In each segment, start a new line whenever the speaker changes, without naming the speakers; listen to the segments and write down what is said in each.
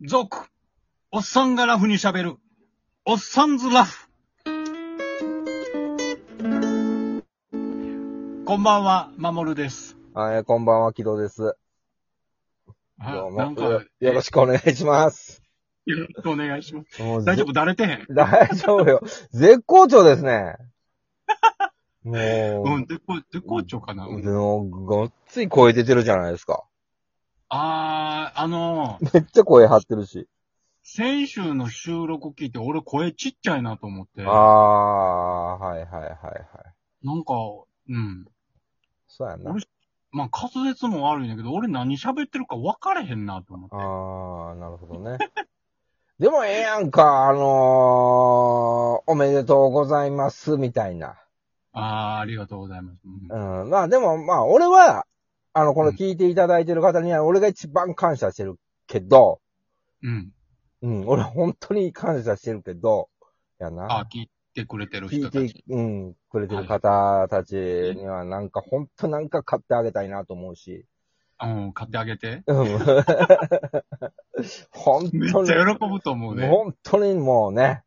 族。おっさんがラフに喋る。おっさんずラフ。こんばんは、まもるです。
はい、こんばんは、木戸です。
あ
どう
な
も
んか、よ
よ。よろしくお願いします。
ろしくお願いします。
もう
大丈
ぜ
夫、だれてへん。
大丈夫よ。絶好調で すね。
う
も
ん、絶好絶好調かな。
う、もうごっつい声出てるじゃないですか。
あー、あのー、
めっちゃ声張ってるし。
先週の収録聞いて、俺声ちっちゃいなと思って。
ああ、はいはいはいはい。
なんか、うん。
そうやんな
俺。まあ、滑舌も悪いんだけど、俺何喋ってるか分かれへんなと思って。
ああ、なるほどね。でもええやんか、あのー、おめでとうございます、みたいな。
あー、ありがとうございます。うん
うん、まあでも、まあ俺は、あの、この聞いていただいてる方には、俺が一番感謝してるけど、
うん。
うん、俺本当に感謝してるけど、や
あ
な。、
聞いてくれてる
聞
人
い
たち。
て、うん、くれてる方たちには、なんか本当なんか買ってあげたいなと思うし。
うん、買ってあげて。
うん。 本
めっち
当
ゃ
に、
喜ぶと思うね。
本当にもうね、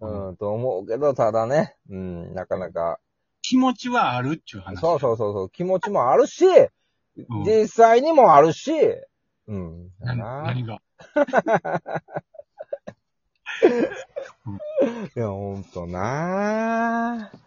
うん
うん、と思うけど、ただね、うん、なかなか、
気持ちはあるっちゅう話。
そうそうそうそう、気持ちもあるし、
うん
実際にもあるし、うん、や
何
な。
何が。
いや、ほんとなぁ。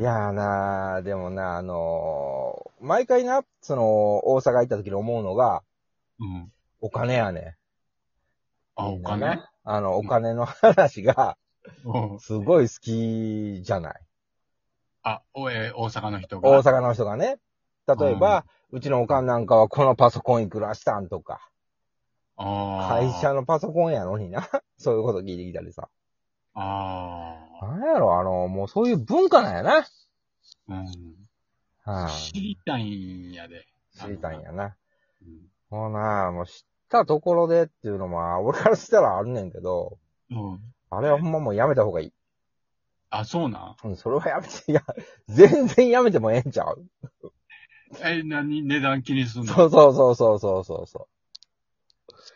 いやーなぁ、でもな、あのー毎回な、その、大阪行った時に思うのが、
うん。
お金やね
あ、
み
お
んな
金
なあの、お金の話が、
うん。
すごい好きじゃない。
あ、おえー、大阪の人が。
大阪の人がね。例えば、うちのおかんなんかはこのパソコンいくらしたんとか、
あー
会社のパソコンやのにな。 そういうこと聞いてきたりさ。
あ
なんやろ、あの、もうそういう文化なんやな。
あ。うん。
はい、
知りたいんやで。
知りたいんやな。
うん。
もうなあ、もう知ったところでっていうのも、俺からしたらあるねんけど、
うん。
あれはほんまもうやめた方がいい。
あ、そうなん
うん、それはやめて、いや、全然やめてもええんちゃう
え、何値段気にすん
そ
の
うそうそうそうそうそうそ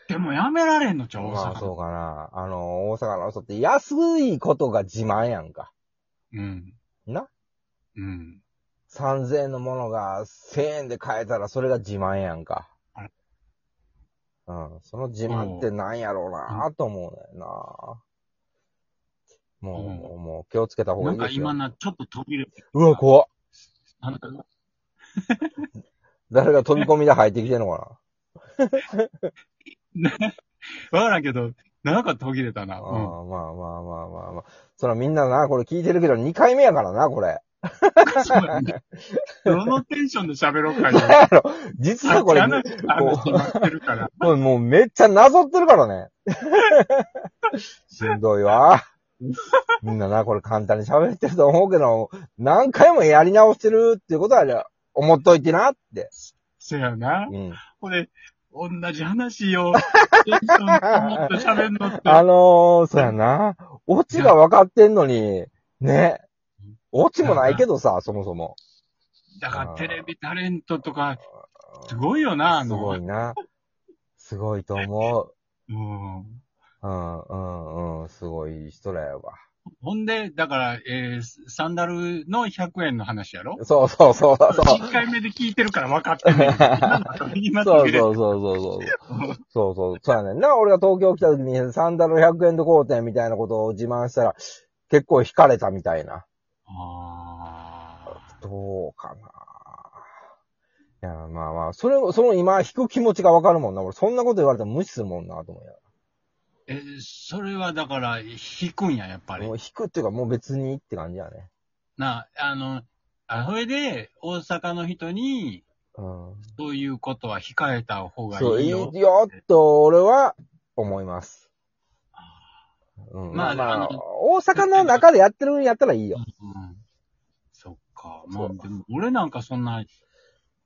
でもやめられんのちゃ
う。
う大
まあ
阪。
そうかな。あの、大阪の人って安いことが自慢やんか。
うん。
な
うん。
3000円のものが1000円で買えたらそれが自慢やんか
あれ。
うん、その自慢ってなんやろうなぁと思うねんな。もう、もう気をつけた方が
ないん
い
か
ですよ
今。な、ちょっと飛び出て
うわ、怖っ。
なんか、
誰が飛び込みで入ってきてんのか
わからんけど、なんか途切れたな。
な、
う
あ
ん。
あまあまあまあまあまあ。そらみんなな、これ聞いてるけど2回目やからな、これ。
そうやね。どのテンションで喋ろうか
なん
よ。
やろ実
さっ
はこ
き
れ、
あ
も
の人話決まってるから。
うもうめっちゃなぞってるからね。 しんどいわ。みんなな、これ簡単に喋ってると思うけど、何回もやり直してるっていうことは、思っといてなって。
せやな。
うん。
これ、同じ話を、テンション持って喋んのって。
あのー、そうやな。オチが分かってんのに、ね。オチもないけどさ、そもそも。
だからテレビタレントとか、すごいよな、あ
す
の。
ごいな。すごいと思う。
うん。
うん、うん、うん、すごい人だよわ。
ほんで、だから、えー、サンダルの100円の話やろ
そうそうそうそう。そう
1回目で聞いてるから分かって ね。今
そ
途
う
切れた
そうそうそう。そうそう。そうやねんな。俺が東京来た時にサンダル100円で買うてんみたいなことを自慢したら、結構惹かれたみたいな。
あ
どうかな。いや、まあまあ、それを、その今、引く気持ちがわかるもんな。俺、そんなこと言われても無視するもんな、と思うよ。
ーえ、それはだから、引くんや、やっぱり
もう。引くっていうか、もう別にって感じやね。
なあ、あの、あ、それで、大阪の人に、
うん。
そういうことは控えた方が
そう、
い
い
い
い
よ。
よ、と、俺は、思います。うん、
ま
ま
あ
あま
あの
あ、大阪の中でやってるんやったらいいよ。
うんそっか。ま
そ
あ、
う
でも俺なんかそんな、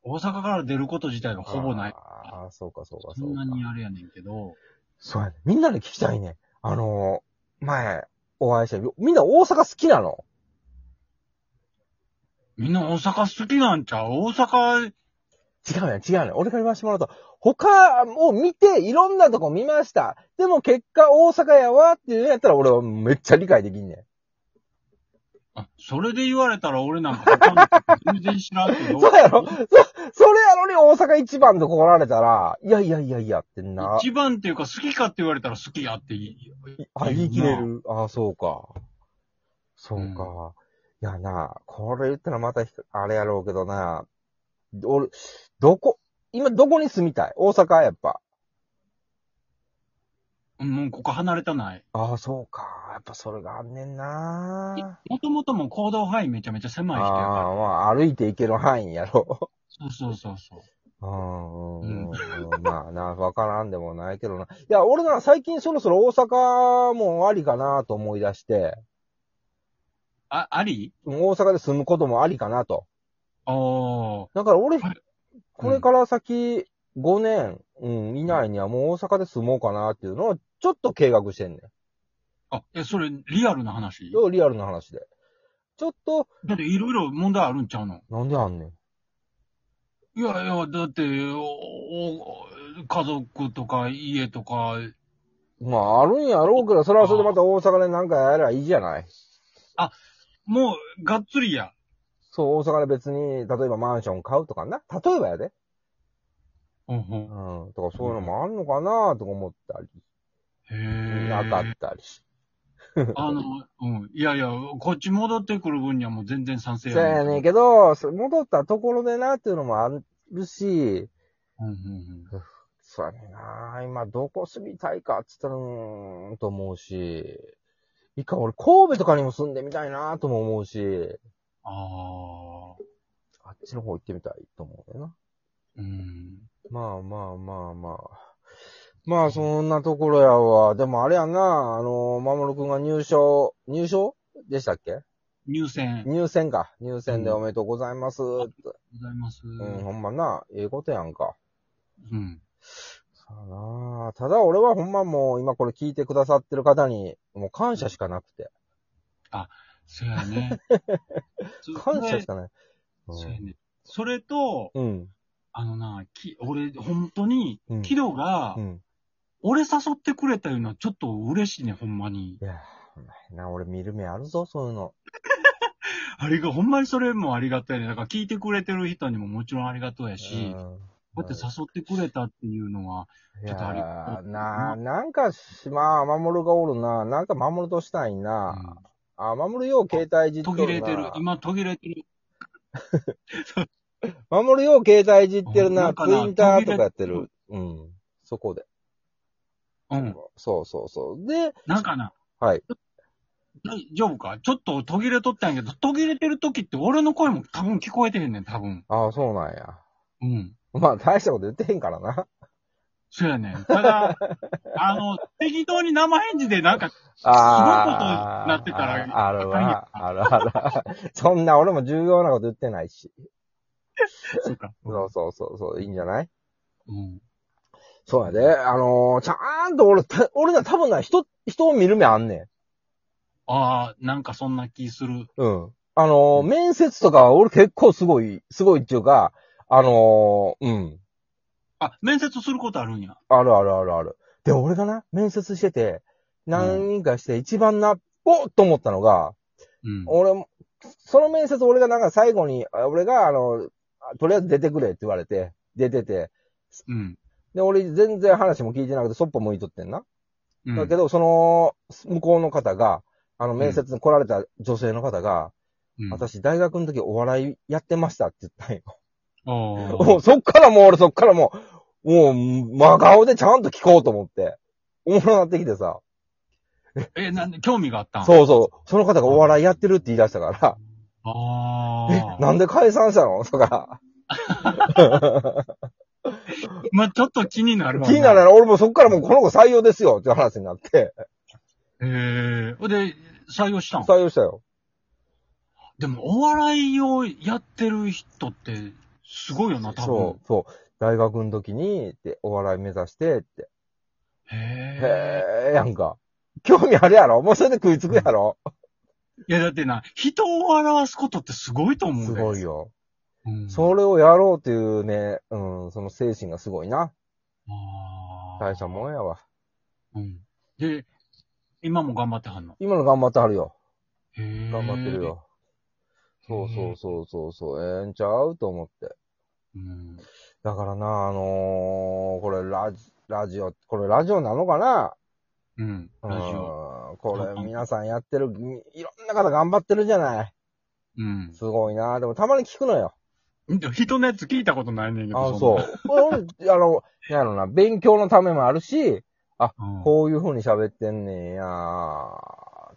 大阪から出ること自体がほぼない。
ああ、そうかそうか
そ
そうんか
な。にあれやねんけど。
そうやね。みんなで聞きたいね。あのー、前、お会いした、みんな大阪好きなの
みんな大阪好きなんちゃう大阪
違うね、違うね。俺から言わせてもらうと、他を見て、いろんなとこ見ました。でも結果大阪やわっていうんやったら俺はめっちゃ理解できんねん。
あ、それで言われたら俺なんか他のこと全然知らんけど。
そうやろそれやのに大阪一番とこられたら、いやいやいやいやってな。
一番っていうか好きかって言われたら好きやって言い
あ、言い切れる。ああ、そうか。そうか。
う
いやな、これ言ったらまたひ、あれやろうけどな。俺、どこ、今どこに住みたい大阪やっぱ。
うんもうここ離れたない。
ああ、そうか。やっぱそれがあんねんな。
もともとも行動範囲めちゃめちゃ
あ
狭い人やか
あ、まあ、歩いていける範囲やろ。
ら。そうそうそうそう。
うん、う
う、
んまあな、わからんでもないけどな。いや、俺な、最近そろそろ大阪もありかなと思い出して、
あ、あり
大阪で住むこともありかなと。
ああ。
だから俺、
はい
これから先5年、うん、以内にはもう大阪で住もうかなっていうのをちょっと計画してんね
あ、え、それリアルな話
ん。ようリアルな話で。ちょっと、
だっていろいろ問題あるんちゃうの
なんであんねん。
いやいや、だって、おお家族とか家とか、
まあ、あるんやろうけど、それはそれでまた大阪でなんかやりゃいいじゃない。
もうがっつりや。
そう、大阪で別に、例えばマンション買うとかな。例えばやで。
うんう
うんん。とかそういうのもあんのかなとか思ったり、
へえ。
なかったり。
あの、うん。いやいや、こっち戻ってくる分にはもう全然賛成
そう
やねん
やねんけど、そ戻ったところでなっていうのもあるし、
うんうんうん。
そうやねんな。今、どこ住みたいかっつったら、うーん、と思うし。いかん、俺、神戸とかにも住んでみたいなとも思うし、
ああ。
あっちの方行ってみたいと思うよな。
うん。
まあまあまあまあ。まあ、そんなところやわ。でもあれやんな、あの、まもるくんが入賞、入賞でしたっけ
入選。
入選か。入選で
うん
おめでとうございます。う
ご
ん、
ざいます。う
ほんまな、ええことやんか。
ん。
さあなあただ俺はほんまもう今これ聞いてくださってる方に、もう感謝しかなくて。
そやね。 そ
感謝しかない。
そやね。それと、
うん。
あのな、き俺、本当に、
うん。
キドが、
うん。
俺誘ってくれたいうのはちょっと嬉しいね、ほんまに。
いやー、お前な、俺見る目あるぞ、そういうの。
ありが、ほんまにそれもありがたいね。だから聞いてくれてる人にももちろんありがとうやし、こうやって誘ってくれたっていうのは、ち
い
ょ
や
っとあり
ーなあ、なんかし、まあ、守るがおるな。なんか守るとしたいな。あ、守るよう携帯じっと
途切
るな。
れてる。今途切れてる。
守るよう携帯いじってる
う
な。
ん
ツインターとかやって
なん
る。うん。そこで。
うん。
そうそうそう。で、
なんかな、
はい。
大丈夫かちょっと途切れとったんやけど、途切れてる時って俺の声も多分聞こえてへんねん、多分。
ああ、そうなんや。
うん。
まあ、大したこと言ってへんからな。
そうやねん。た だ、あの、適当に生返事でなんか、
あ
す
あ。
ごいことになってたら
ああるわ。あるある。そんな俺も重要なこと言ってないし。
そうか。
そうそうそう、そういいんじゃない
うん。
そうやで。あのー、ちゃんと俺、た俺ら多分な、人、人を見る目あんねん。
ああ、なんかそんな気する。
うん。あのー、面接とかは俺結構すごい、すごいっていうか、あのー、うん。
あ、面接することあるんや。
あるあるあるある。で、俺がな、面接してて、何人かして一番な、おっと思ったのが、
うん。
俺も、その面接俺がなんか最後に、あ俺があの、あとりあえず出てくれって言われて、出てて、
うん。
で、俺全然話も聞いてなくて、そっぽ向いとってんな。
うん
だけど、その、向こうの方が、あの、面接に来られた女性の方が、
うん、
私、大学の時お笑いやってましたって言ったんよ。も
お
うそっからもう俺、そっからもう、もう、真顔でちゃんと聞こうと思って、おもろなってきてさ、
え、なんで、興味があったん
そうそう、その方がお笑いやってるって言い出したから、
あ
え、
あ。
なんで解散したのとか、
まあ、ちょっと気になるわ。
気になるやろ俺もそっからもうこの子採用ですよって話になって、
ええほんで、採用したん
採用したよ。
でも、お笑いをやってる人って、すごいよな、多
そう、そう。大学の時に、って、お笑い目指して、って。
分。へえ。
へえ、やんか。興味あるやろもうそれで食いつくやろ
いや、だってな、人を笑わすことってすごいと思う
す
で
ごいよ。
うん
それをやろうというね、うん、その精神がすごいな。
あー
大したもんやわ。
うん。で、今も頑張ってはんの。
今の頑張ってはるよ。
へー
頑張ってる。よ。そうそうそうそうそう、ええんちゃうと思って。
うん。
だからな、あのーこれラジ、ラジオ、これラジオなのかな
うん。ラジオ。
うんこれ皆さんやってる、みいろんな方頑張ってるじゃない。
うん。
すごいな。でもたまに聞くのよ。
人のやつ聞いたことないねんけど。
あそう。これあの、なんやろな、勉強のためもあるし、
うん。うん。
こういう風に喋ってんねんや、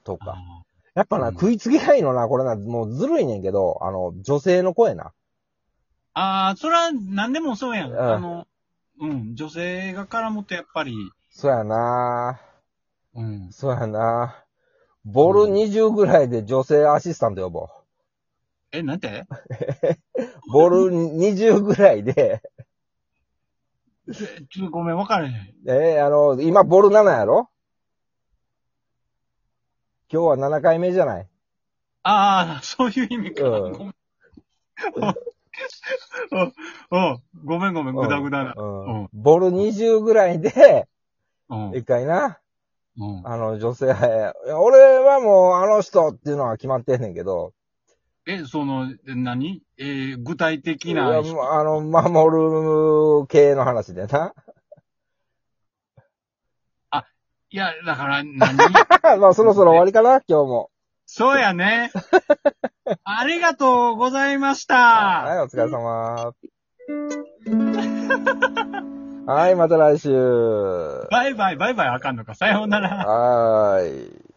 とか。
あ
やっぱな、
うん
食いつきがいいのな、これな、もうずるいねんけど、あの、女性の声な。
ーあー、それは何でもそうやん。
うん
あの、うん。女性が絡むとやっぱり、
そうやな
うん。
そうやなボル20ぐらいで女性アシスタント呼ぼう。
え、なんて
ボル20ぐらいで、
えちょっとごめん、わからへん。
えーあの、今ボル7やろ今日は7回目じゃない
ああ、そういう意味か。
うん
ごめん うんうんごめんごめん、ぐだぐだな。
うん
うん
ボル20ぐらいで、
うん。
一回な、
うん
あの女性、いや俺はもうあの人っていうのは決まってんねんけど、
え、その、え何えー具体的
いや
な人。
もうあの、守る系の話でな。
いや、だから 何、
まあそろそろ終わりかな、今日も。
そうやね。 ありがとうございました。
はい、お疲れ様。はい、また来週。
バイバイ、バイバイあかんのか。さようなら。
はーい。